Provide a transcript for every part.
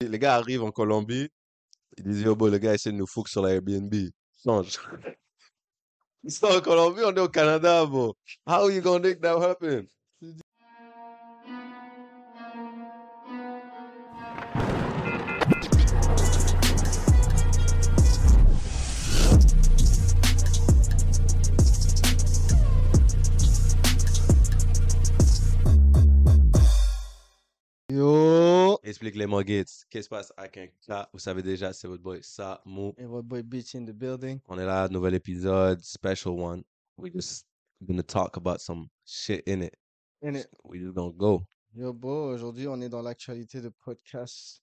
Les gars arrivent en Colombie, ils disent Yo, boy, le gars essaie de nous foutre sur la Airbnb. Change. Ils sont en Colombie, on est au Canada, bro. How you gonna make that happen? Yo! Explique les Gates. Qu'est-ce qui se passe avec un cas? Vous savez déjà, c'est votre boy Samu. And what boy bitch in the building. On est là, nouvel épisode, special one. We just gonna talk about some shit in it. And it- We just gonna go. Yo, bro, aujourd'hui, on est dans l'actualité de podcast.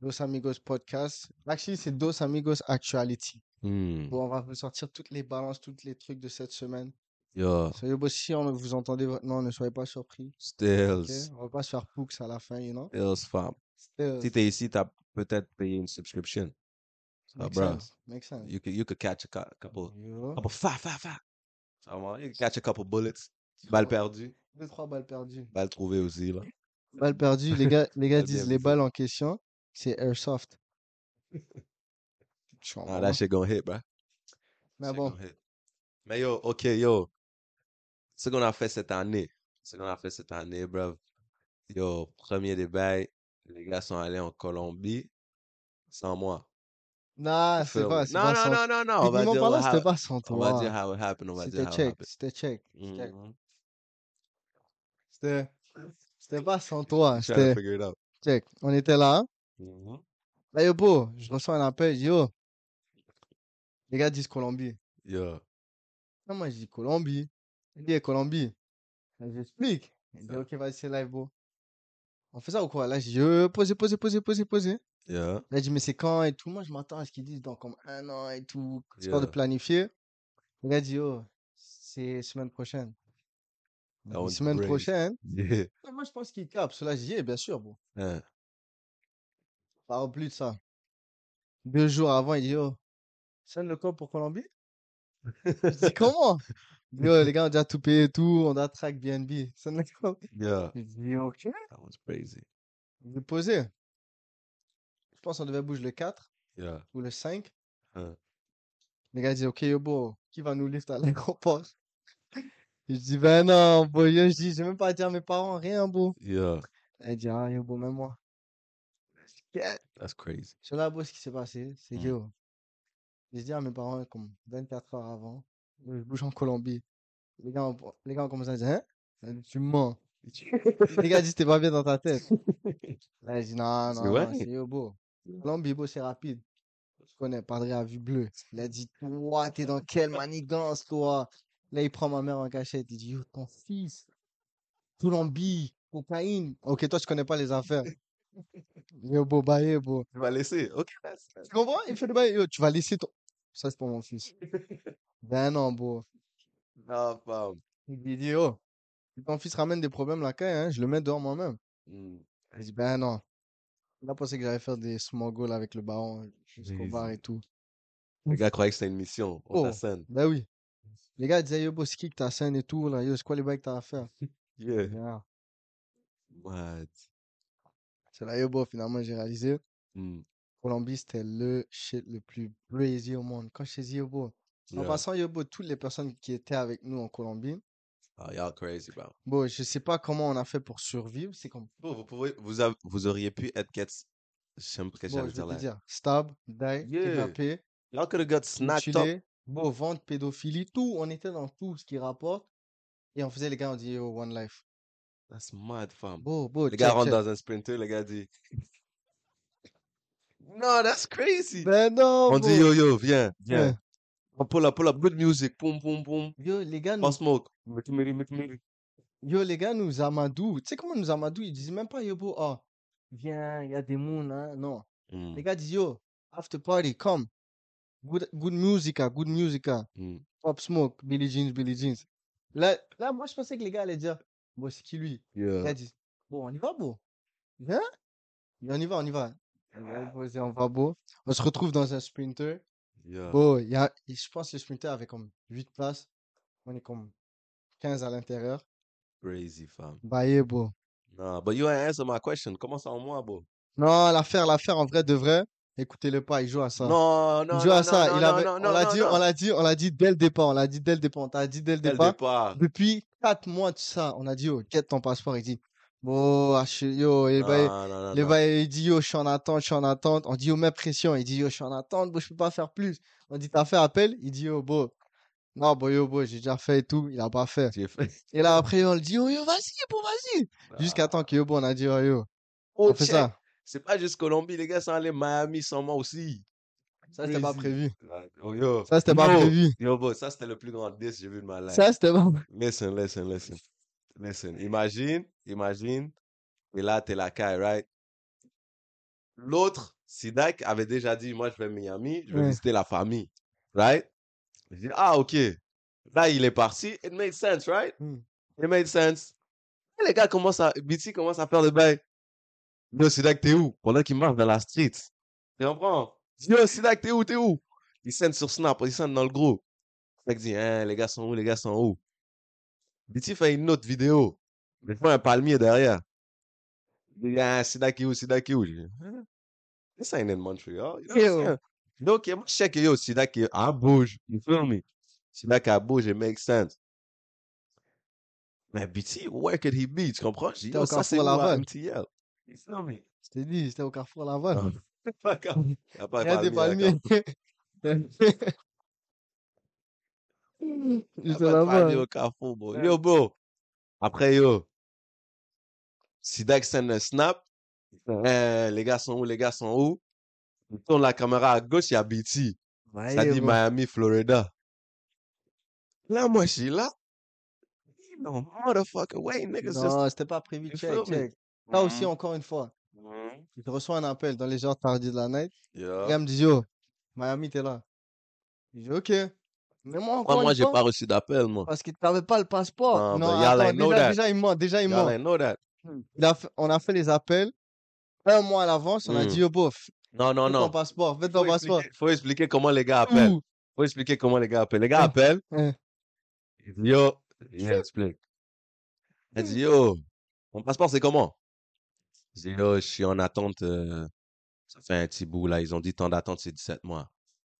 Dos Amigos Podcast. Actually, c'est Dos Amigos Actuality. Hmm. Bon, on va vous sortir toutes les balances, tous les trucs de cette semaine. Yo, So, yo, bro, si on, vous entendez votre nom, ne soyez pas surpris. ok? stills. On va pas se faire poux à la fin, you know? Stills, fam. Still, Si t'es ici, t'as peut-être payé une subscription. makes Ah, bro. sense. Makes sense. You could, you could catch a cou- couple, Yo. couple Ah fa, fa, fa. Ça va, You could catch a couple bullets. Balle perdue. Deux, trois balles perdues. Balle trouvée aussi, là. Balles perdues, les gars, les gars Balles bien disent les visées. balles en question, c'est airsoft. Tu Ah, comprends that pas? shit gonna hit, bruh. Mais C'est bon. gonna hit. Mais yo, ok, yo. Ce qu'on a fait cette année, ce qu'on a fait cette année, bruv. Yo, premier débat, les gars sont allés en Colombie sans moi. Non, You Ah, c'est feel pas, me? c'est Non, pas non, non, sans... non, non. On va Techniquement dire parlant, how- c'était pas sans on va toi. dire how it happened. On va C'était dire how it check, happened. c'était check, c'était check. Mhm. C'était, c'était pas sans toi, Try to c'était figure it out. check. On était là. Mhm. Là, yo, bro, je reçois un appel, je dis, yo, les gars disent Colombie. Yo, Non, moi, je dis Colombie. Il dit, eh, Colombie. Là, J'explique. Il dit, Ça. ok, vas-y, c'est live, bro. On fait ça ou quoi? Là, je dis, euh, posez, posez, posez, posez, posez. yo, Là, je dis, mais c'est quand et tout. Moi, je m'attends à ce qu'ils disent dans comme un an et tout, histoire de Yeah. planifier. Le gars dit, oh, c'est semaine prochaine. That Et one's semaine brave. prochaine. yeah. Ah, Moi, je pense qu'il capte. Cela, j'y ai, bien sûr. Bon, Hein. parle plus de ça. Deux jours avant, il dit, oh, sonne le corps pour Colombie? Je dis, comment? Il dit, oh, les gars, on a déjà tout payé et tout. On a track BNB. Sonne le corps. Yeah, Je dis, ok. that was crazy. Je posé. Je pense qu'on devait bouger le 4 Yeah, ou le 5. Hein. Les gars disent, ok, yo, bro, qui va nous lift à l'aéroport? Je dis, ben non, bro, yo, je dis, j'ai même pas à dire à mes parents, rien, bro. yeah, Elle dit, ah, yo, bro, même moi. Je dis, Yeah. that's crazy. Sur la bourse, ce qui s'est passé, c'est Mm. que oh, j'ai dit à mes parents, comme 24 heures avant, euh, je bouge en Colombie. Les gars, ont- les gars ont commencé à dire, hein? Elle dit, Tu mens. les gars disent, t'es pas bien dans ta tête. Là, j'ai dit, non, C'est non, non, vrai. c'est yo, beau. Colombie, beau, c'est rapide. Je connais, padré à vue bleue. Il a dit, toi, t'es dans quelle manigance, toi? Là, il prend ma mère en cachette. Il dit, yo, ton fils, Colombie, cocaïne. Ok, toi, tu connais pas les affaires. Yo, beau, baillé, beau. Tu vas laisser. Ok, that's, that's- Tu comprends? Il fait le bail, yo, tu vas laisser ton. Ça, c'est pour mon fils. Ben non, bro. Ah, fam. Il lui dit, oh, si ton fils ramène des problèmes là caille, hein, je le mets dehors moi-même. Mm. Il dit, ben non. Il a pensé que j'allais faire des smogols avec le baron jusqu'au Jeez. bar et tout. Les gars croyaient que c'était une mission. On Oh. t'assène. Ben oui. Les gars disaient, yo, bro, c'est qui que t'as scène et tout, là, yo, c'est quoi les bails que t'as à faire? Yeah. Bien. What? C'est là, yo, bro, finalement, j'ai réalisé. Mm. Colombie, c'était le shit le plus crazy au monde. Quand je dis, yo, bro. En Yeah. passant, yo, bro, toutes les personnes qui étaient avec nous en Colombie, Oh, y'all crazy, bro. bon, je sais pas comment on a fait pour survivre, c'est comme. Bon, vous pouvez, vous, avez, vous auriez pu être get, j'aime que Bon, j'allais je vais dire te là. dire, stab, die, Yeah. kidnappé, Y'all could have got snacked up. mutilé, bon, vente, pédophilie, tout. On était dans tout ce qui rapporte. Et on faisait, les gars, on dit, yo, one life. That's mad, fam. Bon, bon, Les gars check, rentrent check. dans un sprinter, les gars dit. No, that's crazy. Ben non, On dit bon. yo yo, viens, viens. Ouais. On pull up, pull up, good music, poum poum poum. Yo, les gars, nous, Pas smoke. yo, les gars, nous amadou. Tu sais comment nous amadou? Ils disaient même pas, yo, bon, oh, viens, il y a des moons, hein. Non. Mm, Les gars disent, yo, after party, come. Good, good music, ah, good music. ah. mm. Pop Smoke, Billy Jeans, Billy Jeans. Là, là, moi, je pensais que les gars allaient dire, bon, c'est qui lui? Il Yeah. a dit, bon, on y va, beau. Viens. Et on y va, on y va. On va, vas-y, on va, beau. On se retrouve dans un sprinter. Yeah. Beau, il y a, et je pense que le sprinter avait comme 8 places. On est comme 15 à l'intérieur. Crazy, fam. Bah, yeah, beau. Nah, but you ain't answer my question. Comment ça en moi, bro? Non, l'affaire, l'affaire, en vrai, de vrai, écoutez-le pas, il joue à ça. Non, il non, joue non, à ça. non, il non, avait- non, on non, l'a non, dit, non. on l'a dit, on l'a dit dès le départ, on l'a dit dès le départ, on t'a dit dès le Dès le départ. départ. Depuis 4 mois de ça, on a dit, oh, quête ton passeport, il dit, bon, ah, je- yo, et Non, ben, non, non, Les non. gars, il dit yo, je suis en attente, je suis en attente. On dit yo, même pression. Il dit yo, je suis en attente, bon, je peux pas faire plus. On dit t'as fait appel. Il dit yo, bon, non, bon, yo, bon, j'ai déjà fait et tout. Il a pas fait. J'ai fait. Et là, après, on le dit yo, yo, vas-y, bon, vas-y. Jusqu'à Ah. temps que yo, bon, on a dit yo, yo, Oh, on fait check. ça. C'est pas juste Colombie, les gars, sont allés Miami sans moi aussi. Ça, c'était pas Crazy. prévu. Ah, oh, yo. Ça, c'était pas Yo. prévu. Yo, bro, ça, c'était le plus grand 10 que j'ai vu de ma life. Ça, c'était pas Listen, listen, listen. Listen. Imagine, imagine. Et là, t'es la caille, right? L'autre, Sidak, avait déjà dit, moi, je vais à Miami, je vais Ouais. visiter la famille. Right? Je dis, ah, ok. Là, il est parti. It made sense, right? Hmm. It made sense. Et les gars commencent à, BT commence à faire le bail. Yo, Sidak, t'es où? Pendant qu'il marche dans la street. Tu comprends? Je dis, oh, Yo, Sidak, t'es où? T'es où? Il send sur Snap, il send dans le groupe. Sidak dit, hein, les gars sont où? Les gars sont où? BT fait une autre vidéo. Mais fois, un palmier derrière. Il dit, ah, Sidak, est où? Sidak, est où? Je dis, Hein? This ain't in Montreal. You know what I'm Yo. saying? Donc, moi, je sais que yo, Sidak, est à bouge. You feel me? Sidak, à bouge, it makes sense. Mais BT, where could he be? Tu comprends? Je dis, T'es yo, au ça, c'est où Carrefour à Laval. MTL? You feel me? Je t'ai dit, j'étais au carrefour Laval. Ah. Pas grave. Y a pas Il y a des de palmier, palmiers. d'accord. Ah, Y a pas J'étais de palmier là-bas. bah, au carrefour, bro. Ouais. Yo, bro. Après, yo. Sidak send un snap. Hein? Euh, les gars sont où? Les gars sont où? Il tourne la caméra à gauche, il y a BT. Ouais, Ça dit bon. Miami, Florida. Là, moi, je suis là. No motherfucker way, niggas just. Non, c'était pas prévu. You Check, feel me? Mm-hmm. check. Là aussi, encore une fois, Mhm. je reçois un appel dans les heures tardives de la night. Le Yeah. gars me dit, yo, Miami, t'es là. Je dis, ok. Mais moi, Moi, encore moi une j'ai fois, pas reçu d'appel, moi. parce que t'avais pas le passeport. Non, Non, but y'all attends, ain't know déjà, that. déjà, il ment, déjà, il Y'all ment. ain't know that. Il a fait- on a fait les appels. Un mois à l'avance, on a Mm. dit, yo, bof, Non, non, fais ton non. passeport, fais ton Faut passeport. expliquer, faut expliquer comment les gars appellent. Ouh. Faut expliquer comment les gars appellent. Les gars Hein, appellent. hein. Ils disent, Yo, viens, explique. Elle dit, yo, mon passeport, c'est comment? Je dis, yo, je suis en attente. euh, ça fait un petit bout, là. Ils ont dit, temps d'attente, c'est 17 mois.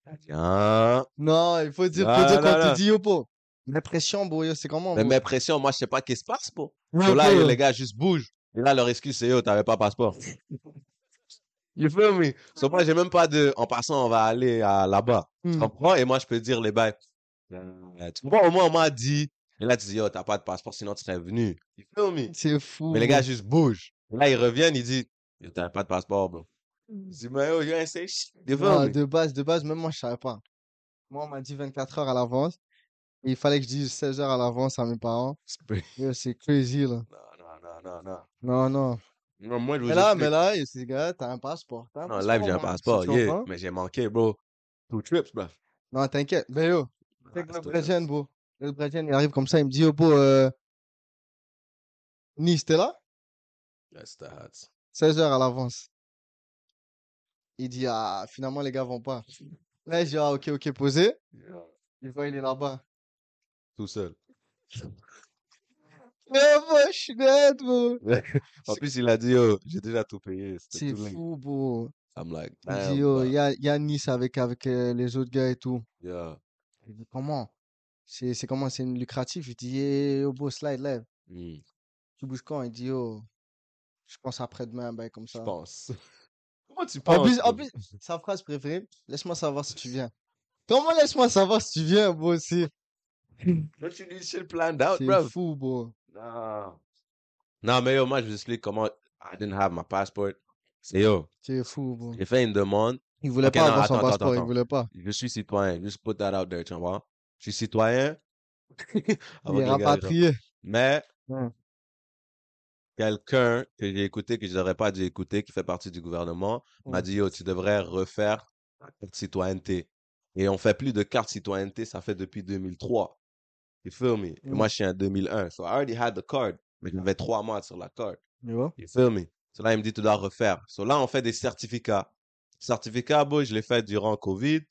Elle dit, ah. Non, il faut dire, Non, faut dire non, quand non. tu dis, yo, po. Mais pression, bro, yo, c'est comment, Ah Mais bro? mes pressions, moi, je sais pas qu'est-ce qui se passe, bro. Ouais, So là, bro. yo, les gars, juste bougent. Et là, leur excuse, c'est, yo, t'avais pas passeport. You feel me? So moi, j'ai même pas de, en passant, on va aller à là-bas. Tu Hmm. comprends? Et moi, je peux dire les bails. Euh, tu comprends? Au moins, on m'a dit. Et là, tu dis, yo, t'as pas de passeport, sinon tu serais venu. You feel me? C'est fou. Mais les bro. gars juste bougent. Et là, ils reviennent, ils disent, Yo, t'as pas de passeport, bro. Je dis, mais yo, you ain't say shit. You feel me? Non, Mm. Ah, de base, de base, même moi, je savais pas. Moi, on m'a dit 24 heures à l'avance. Et il fallait que je dise 16 heures à l'avance à mes parents. Yo, c'est crazy, là. Non, non, non, non, non. Non, non. Non, moi, je vous Mais là, explique. mais là, et ces gars, t'as un passeport. T'as un Non, passeport, live, j'ai un man, si passeport, tu yeah. comprends. Mais j'ai manqué, bro. Two trips, bro. Non, t'inquiète. Mais yo, Ah, check le c'est tout Brésilien, bro. Le Brésilien, il arrive comme ça, il me dit, yo, bro, euh, Nice, t'es là? ça. Yes, the hats. 16 heures à l'avance. Il dit, ah, finalement, les gars vont pas. Là, je dis, ah, ok, ok, posé. Yeah. Il voit, il est là-bas. Tout seul. Mais bro, je suis net, bro. En plus, il a dit, yo, j'ai déjà tout payé. C'était C'est tout link. fou, bro. I'm like, Il dit, damn, yo, bro. il y a, il y a Nice avec, avec euh, les autres gars et tout. Yeah. Je dis, comment? C'est, c'est comment? C'est lucratif? Je dis, eh, yo, bro, slide, lève. Mm, Tu bouges quand? Il dit, oh, je pense après-demain, ben, comme je ça. pense. Comment tu penses? En plus, en bro? plus, sa phrase préférée, laisse-moi savoir si tu viens. Comment laisse-moi savoir si tu viens, bro? C'est Don't you need shit planned out, c'est bro? fou, bro. Non. Non, mais yo, moi, je vous explique comment I didn't have my passport. C'est yo, C'est fou, bro. j'ai fait une demande. Il voulait Ok, pas non, avoir son attends, attends, passeport, il attends. voulait pas. Je suis citoyen. Just put that out there, tu vois. Je suis citoyen. Avant Il que les gars, les est gens- rapatrié. Mais Ouais. quelqu'un que j'ai écouté, que je n'aurais pas dû écouter, qui fait partie du gouvernement, m'a Ouais. dit, yo, tu devrais refaire ta carte citoyenneté. Et on fait plus de carte citoyenneté, ça fait depuis 2003. You feel me? Et Mm. moi, je suis en 2001. So I already had the card. Mais j'avais trois mois sur la card. Tu vois? You feel me? So là, il me dit, tu dois refaire. So là, on fait des certificats. Certificats, boy, je l'ai fait durant COVID.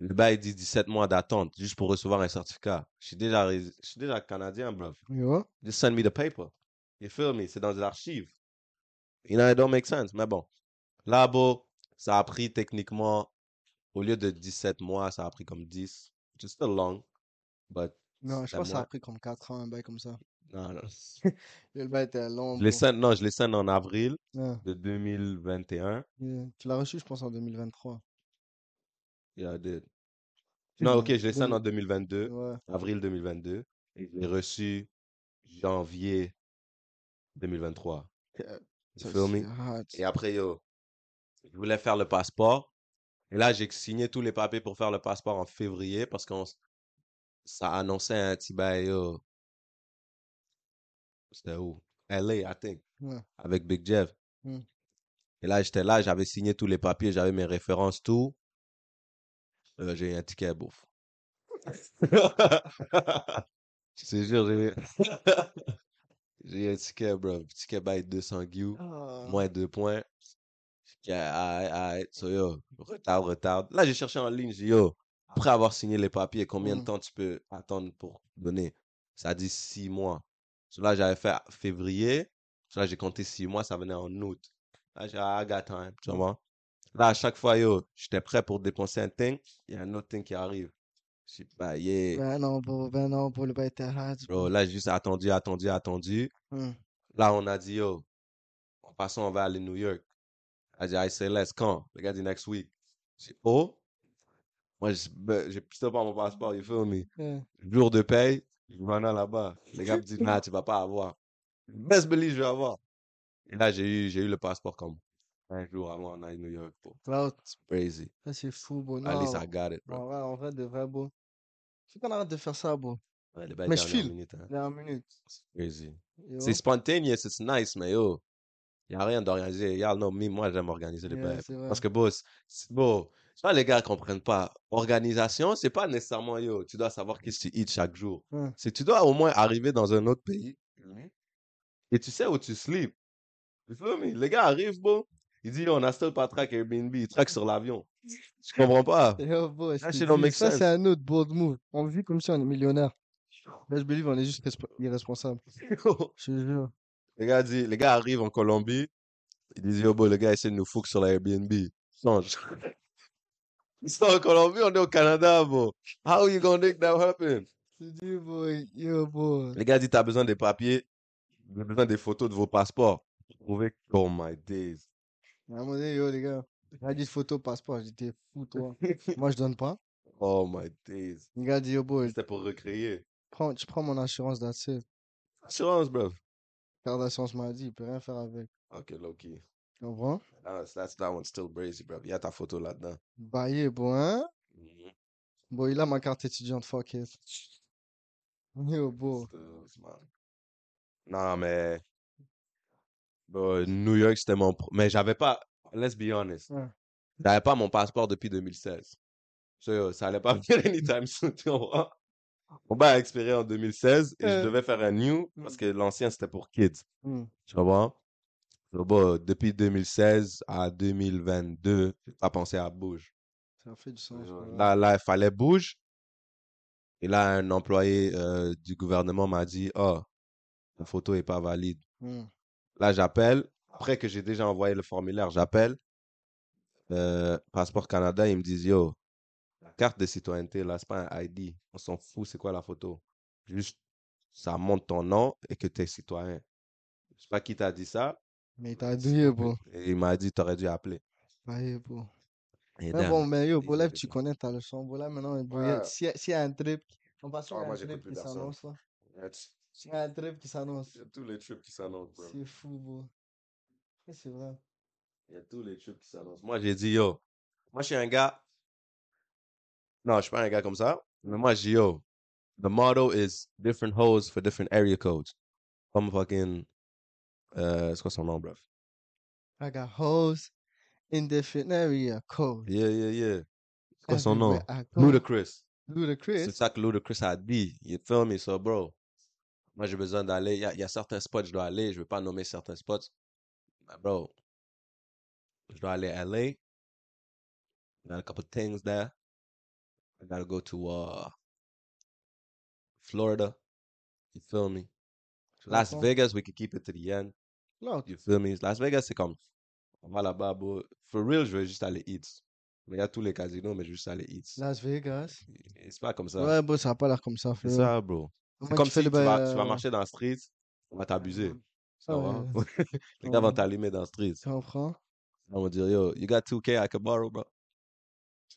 Le bail dit 17 mois d'attente juste pour recevoir un certificat. Je suis déjà, rés- je suis déjà canadien, bro. Tu vois? Just send me the paper. You feel me? C'est dans les archives. You know, it don't make sense, mais bon. Là, bro, ça a pris techniquement, au lieu de 17 mois, ça a pris comme 10. Which is still long, but Non, je c'était pense que ça a moins. pris comme 4 ans, un bail comme ça. Non, non. Le bail était long, Je les bro. scène, non, je les scène en avril Ouais, de 2021. yeah. Tu l'as reçu, je pense, en 2023. Yeah, I did. Tu Non, l'as ok, je les scène en donné- 2022, Ouais. avril 2022. Et je l'ai reçu janvier 2023. Euh, You ça, feel c'est me? hot. Et après, yo, je voulais faire le passeport. Et là, j'ai signé tous les papiers pour faire le passeport en février parce qu'on s- ça annonçait un petit bail, yo. C'était où? LA, I think, Ouais. avec Big Jeff. Hmm. Et là, j'étais là, j'avais signé tous les papiers, j'avais mes références, tout. Euh, j'ai eu un ticket à bouffe. Je te jure, j'ai eu- j'ai eu un ticket, bro. Ticket bail 200 guillemets. Ah. moins deux points. J'étais, Aïe, aïe, so yo, retard, retard. Là, j'ai cherché en ligne, j'ai dit, yo, après avoir signé les papiers, combien de Mm. temps tu peux attendre pour donner? Ça dit six mois. So là, j'avais fait février. So là, j'ai compté six mois, ça venait en août. Là, j'ai dit, ah, I got time, tu vois. Là, à chaque fois, yo, j'étais prêt pour dépenser un thing, il y a un autre thing qui arrive. Je suis bah, yeah. Ben non, bro, ben non, bro, le bail était hot, Bro, bro. là, j'ai juste attendu, attendu, attendu. Hum. Là, on a dit, yo, en passant, on va aller à New York. I dit, I say let's quand? Le gars dit next week. J'ai dit, oh, moi, j'ai ben, j'ai still pas mon passeport, you feel me? Ouais. Jour de paye, je m'en ai là-bas. Le gars me dit, nah, tu vas pas avoir. Best believe, je vais avoir. Et là, j'ai eu, j'ai eu le passeport comme un jour avant, on a New York, bro. Là, It's crazy. ça, c'est fou, bro. At least Non, I got it, bro. en vrai, en vrai, de vrai, bro. Faut qu'on arrête de faire ça, bro. Ouais, le bail Mais je dernière file. minute, hein. Dernière minute. It's crazy. Yo. C'est spontaneous, it's nice, mais yo, y a rien d'organisé. Y'all know me, moi, j'aime organiser les Yeah, bails. c'est vrai. Parce que, boss, c'est- bon, tu vois, les gars comprennent pas. Organisation, c'est pas nécessairement, yo, tu dois savoir qu'est-ce que tu eats chaque jour. Hum. C'est tu dois au moins arriver dans un autre pays Mm-hmm. Mhm. et tu sais où tu sleep. You feel me? Les gars arrivent, bon, ils disent, yo, on a still pas track Airbnb, ils traquent sur l'avion. Je comprends pas. Yo, bro, je That te shit don't Ah, dis, make ça, sense. c'est un autre bold move. On vit comme si on est millionnaire. Là, je believe, on est juste resp- irresponsable. Je te jure. Les gars disent, les gars arrivent en Colombie, ils disent, yo, bon, le gars essaie de nous foutre sur la Airbnb. Change. Ils sont en Colombie, on est au Canada, bro. How you gonna make that happen? Je te dis, bro, yo, bro. Les gars disent, t'as besoin des papiers, t'as besoin des photos de vos passeports. pour Prouver que- oh my days. À un moment donné, yo, les gars. Il a dit photo, passeport. J'étais fou, toi. Moi, je donne pas. Oh my days. Le gars dit, yo, bro, C'était pour recréer. prends, tu prends mon assurance d'asset. Assurance, bro. Carte d'assurance maladie, il peut rien faire avec. Ok, Loki. Tu comprends? That's, that's that one's still brazy, bro. Il y a ta photo là-dedans. Baillé, bon, hein? Mhm. Bon, il a ma carte étudiante, fuck it. Yo, bro. Stills, man. euh, Non, mais bro, New York, c'était mon. pr- Mais j'avais pas. Let's be honest. Ouais. J'avais pas mon passeport depuis 2016. So, yo, ça allait pas venir anytime soon, tu comprends? Mon bail a expiré en 2016 et je Euh. devais faire un new parce Mm. que l'ancien c'était pour kids. Hmm. Tu comprends? So, bro, depuis 2016 à 2022, j'ai pas pensé à bouge. Ça fait du sens. Euh, ouais. Là, là, il fallait bouge. Et là, un employé euh, du gouvernement m'a dit, oh, la photo est pas valide. Hmm. Là, j'appelle. Après que j'ai déjà envoyé le formulaire, j'appelle. euh, Passeport Canada, ils me disent, yo, la carte de citoyenneté, là, c'est pas un ID. On s'en fout, c'est quoi la photo? Juste, ça montre ton nom et que tu es citoyen. Je sais pas qui t'a dit ça. Mais mais t'as c'est douillé, Bah, stupide. euh, bro. Et il m'a dit, t'aurais dû appeler. Baillé, bro. Et Mais bon, mais yo, Et bro, j'ai là, fait tu ça. connais ta leçon. Bro, là, maintenant, bro, Ouais. si y a- s'il y a un trip, on passe sur Ah, un moi, j'écoute trip plus qui personne. s'annonce, là. damn. S'il y a un trip qui s'annonce, Il y a tous les trips qui s'annoncent, bro. c'est fou, bro. Ouais, C'est vrai. Il y a tous les trucs qui s'annoncent. Moi, j'ai dit, yo, moi, je suis un gars. Non, je suis pas un gars comme ça. Mais moi, j'ai dit, yo, the motto is different hoes for different area codes. Comme fucking. Euh, c'est quoi son nom, bro? I got hoes in different area, code. Yeah, yeah, yeah. C'est quoi son Everywhere nom? I go. Ludacris. C'est Ludacris. ça que Ludacris a dit. You feel me? So, bro, moi, j'ai besoin d'aller. Il y, a- il y a certains spots, je dois aller. Je veux pas nommer certains spots. Mais, bro, je dois aller à LA. Got a couple things there. I gotta go to uh, Florida. You feel me? Tu Las comprends? Vegas, we could keep it to the end. Là, You feel me? Las Vegas, c'est comme. On va là-bas, bro. For real, je vais juste aller Eats. Mais il y a tous les casinos, mais je vais juste aller Eats. Las Vegas. Et C'est pas comme ça. Ouais, bon, ça a pas l'air comme ça, C'est frérot. ça, bro. Comment C'est comme tu fais si tu le vas, bail, tu vas euh, marcher dans la street, on va t'abuser. Ça Ouais, va? Les ouais. gars vont t'allumer dans la street. Tu comprends? On va dire, yo, you got 2K, I can borrow, bro.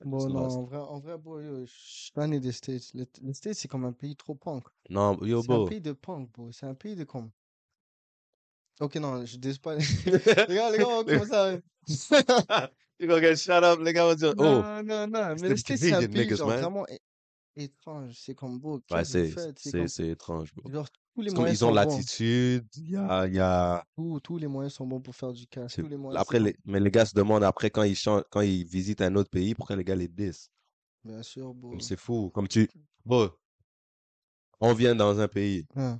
Bon, Sinon, non, c'est- en vrai, en vrai, bro, yo, je suis tanné des States. Les, les States, c'est comme un pays trop punk. Non, yo, C'est un bro. pays de punk, bro. C'est un pays de com. Ok, non, je dis pas. les gars, les gars, on va commencer à. You gonna get shut up, les gars vont dire, oh. Non, non, non, it's mais them les States, c'est un Canadian pays niggas, genre man. vraiment é- étrange. C'est comme, bro, Ouais, qu'est-ce que vous c'est, faites? C'est c'est, comme, c'est étrange, bro. genre, tous les C'est comme moyens ils ont sont bons. l'attitude, il y a, il y a... Tous, tous les moyens sont bons pour faire du cash. c'est- Tous les moyens, c'est Après, comme. les... mais les gars se demandent après quand ils chantent, quand ils visitent un autre pays, pourquoi les gars les disent. Bien sûr, bro. Comme c'est fou, comme tu... Bon, on vient dans un pays. Hein,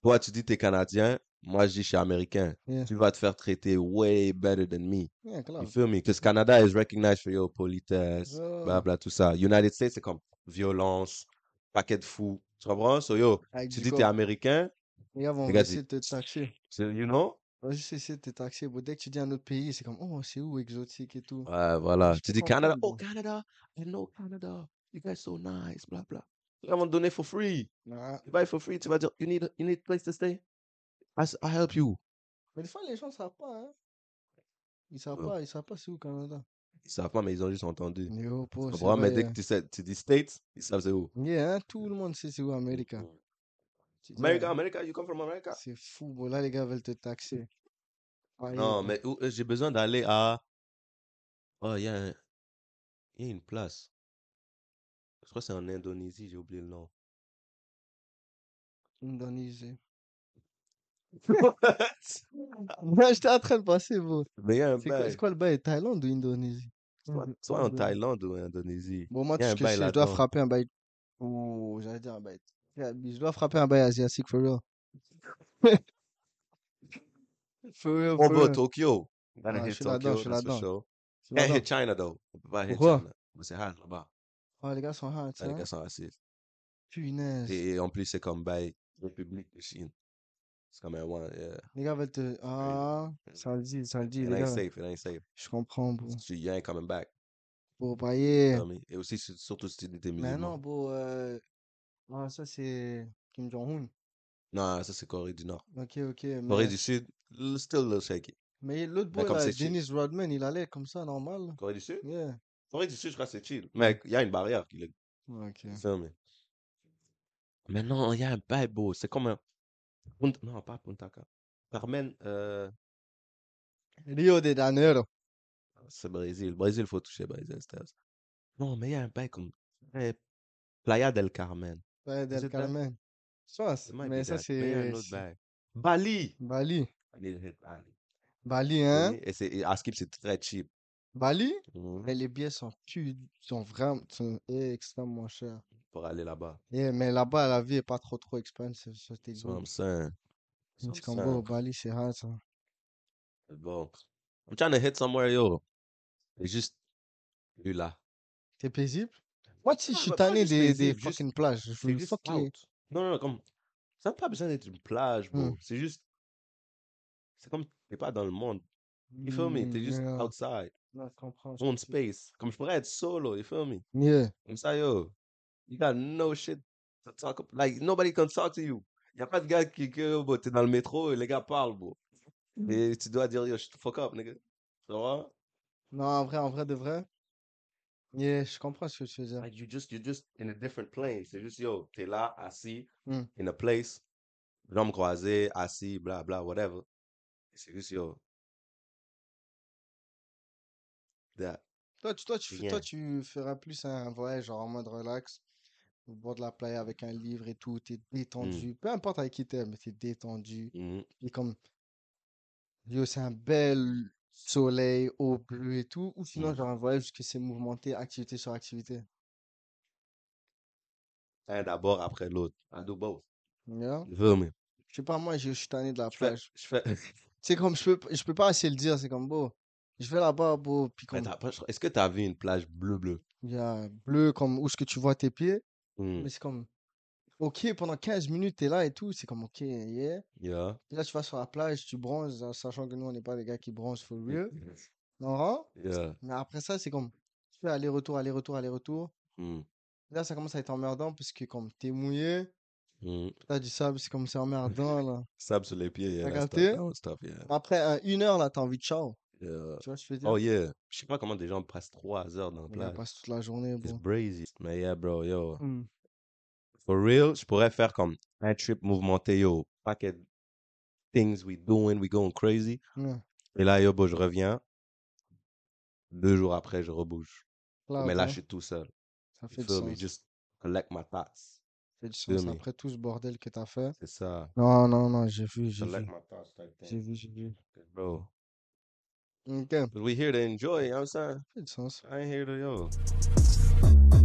Toi, tu dis t'es Canadien, moi je dis je suis Américain. yeah, Tu vas te faire traiter way better than me. yeah, You claro. feel me? Because Canada is recognized for your politesse, Oh, blabla, tout ça. United States, c'est comme violence, paquet de fous. Tu comprends? So yo, avec tu du dis t'es gold. Américain, Les gars vont les gars essayer disent, de te taxer. So, you know? On va juste essayer de te taxer, bro. Dès que tu dis un autre pays, c'est comme, oh, c'est où, exotique et tout. Ouais, Moi, voilà. Je Tu dis comprends pas, Canada. Oh, bro. Canada. I know Canada. You guys so nice, bla bla. Ils vont te donner for free. Nah. Ils vont for free. Tu vas dire, you need, you need place to stay. I, s- I help you. Mais des fois, les gens savent pas, hein. Ils savent Euh, pas, ils savent pas c'est où, Canada. Ils savent pas, mais ils ont juste entendu. Yo, Tu bro, c'est comprends? Mais dès vrai. que tu, sais, tu dis States, ils savent c'est où. hein. Yeah, hein, tout le monde sait c'est où, America. Mm. Tu dis, America, hein, America, you come from America. c'est fou, bro. Là, les gars veulent te taxer. Ah, Aïe, Non, bro. mais où- euh, j'ai besoin d'aller à. Oh, il y, a un- il y a une place. Je crois que c'est en Indonésie, j'ai oublié le nom. Indonésie. Ah. J'étais en train de passer, bro. Mais il y a un C'est quoi, c'est bail. quoi le bail? Thaïlande ou Indonésie? Ah, ben Hum, Soit, Indo- soit en Indonésie. Thaïlande ou en Indonésie. Bon, moi, Il y a un tout ce que je bail sais, je dois là-dedans. frapper un bail. Ouh, j'allais dire un bail. très abusé. Je dois frapper un bail asiatique, for real. For real, Bon, for bro, real. Tokyo. Gotta Ah, je hit suis là-dedans, Tokyo, je that's suis for là-dedans. sure. Je suis Can't hit là-dedans. China, though. On peut pas hit Pourquoi? China. Mais c'est hard là-bas. Oh, les gars sont hard, Ah, Les hein. gars sont racistes. Punaise. Et en plus, c'est comme bail République de Chine. C'est comme un one. Yeah. Les gars veulent te. Crazy. Ah, ça le dit, ça le dit, It les ain't gars. safe, it ain't safe. Je comprends, bro. Tu, you ain't coming back. Bon, bah, You yeah. feel me? Et aussi, sur- surtout si tu es Mais musulman. non, bro. euh, Ah, ça, c'est Kim Jong-un. Non, ça, c'est Corée du Nord. Ok, ok. Corée Mais, du Sud, l- still a little shaky. mais l'autre Mais boy, comme là, c'est chill. Dennis Rodman, il allait comme ça, normal. Corée du Sud? Yeah. Corée du Sud, je crois que c'est chill. Mais il y a une barrière qui le. Ok. You feel me? Mais non, il y a un bail, bro. C'est comme un. Punt- Non, pas Punta Cana. Carmen, euh, Rio de Janeiro. ah, c'est Brésil. Brésil, faut toucher Brésil, Stairs. Non, mais il y a un bail comme eh, Playa del Carmen. Ouais, Is Del it that? Carmen. Je It pense, might mais be ça that. Mais il y a un c'est autre c'est bail. Bali! Bali. I need to hit Bali. Bali, You feel hein? me? Et c'est et à Skip, c'est très cheap. Bali? Mhm. Mais les billets sont plus, sont vraiment, sont extrêmement chers. Pour aller là-bas. Eh, mais là-bas, la vie est pas trop trop expensive, ça t'es That's what good. I'm saying. That's what C'est I'm comme bon, saying. Bali, c'est hard, ça. But Bon. I'm trying to hit somewhere, yo. C'est juste lui là. T'es paisible? Moi, tu sais, je Ah, suis bah, pas tanné juste des, des paisible, juste. fucking plages. Je C'est veux juste fuck les. out. Non, non, non, comme. Ça n'a pas besoin d'être une plage, Hmm. bro. C'est juste. C'est comme. T'es pas dans le monde. You feel me? T'es Hmm, juste yeah. outside. Non, je comprends, je Own comprends. space. Comme je pourrais être solo, you feel me? Yeah. Comme ça, yo. You got no shit to talk about. Like, nobody can talk to you. Y a pas de gars qui. Que, yo, bro, t'es dans le métro et les gars parlent, bro. Hmm. Et tu dois dire, yo, shut the fuck up, nigga. Tu vois? Non, en vrai, en vrai de vrai. Yeah, je comprends ce que tu veux dire. Like, you just, you just in a different plane. C'est juste, yo, t'es là, assis, Hmm. in a place, jambes croisées, assis, bla, bla, whatever. C'est juste, yo, that. Toi, tu, toi, tu, fais- toi, Rien. tu feras plus un voyage genre en mode relax, au bord de la playa avec un livre et tout, t'es Mm, détendu, peu importe avec qui t'es, mais t'es détendu. mhm. Et comme, yo, c'est un bel soleil, eau bleue et tout, ou sinon, Mm. genre un voyage que c'est mouvementé, activité sur activité. Un d'abord après l'autre. I do both. You know? You feel me? Je sais pas, moi, je je suis tanné de la Je fais, plage. je fais. C'est comme, je peux, je peux pas assez le dire, c'est comme, beau. Je vais là-bas, beau, puis Mais comme, t'as pas- Est-ce que t'as vu une plage bleu bleu? il y a bleu, comme, où est-ce que tu vois tes pieds, Mm. mais c'est comme, Ok, pendant 15 minutes, t'es là et tout. C'est comme, ok, yeah. Yeah. Puis Là, tu vas sur la plage, tu bronzes, en sachant que nous, on n'est pas des gars qui bronzent for real. Non, hein? Yeah. Mais après ça, c'est comme, tu fais aller-retour, aller-retour, aller-retour. Mm, Là, ça commence à être emmerdant parce que comme t'es mouillé, mm. t'as du sable, c'est comme c'est emmerdant, là. Sable sur les pieds, yeah. T'as that stuff, capté? that old stuff, yeah. Après euh, une heure, là, t'as envie de ciao. Yeah. Tu vois ce que je veux dire? Oh yeah. Je sais pas comment des gens passent trois heures dans la On la plage. passe toute la journée, It's bon. crazy. Mais yeah, bro, yo. Hmm. For real, je pourrais faire comme un trip mouvementé, yo. Paquet de things we doing, we going crazy. Ouais. Et là, yo, bro, je reviens. Deux jours après, je rebouge. Là, Mais là, attends, je suis tout seul. Ah, ça fait You du feel me? sens. Ça Just collect my thoughts. fait du feel sens me? après tout ce bordel que t'as fait. C'est ça. Non, non, non, j'ai vu, j'ai Collect vu. my thoughts type J'ai thing. vu, j'ai vu. Bro. Ok, ça But we here to enjoy, you know what I'm saying? fait du sens. I ain't here to, yo.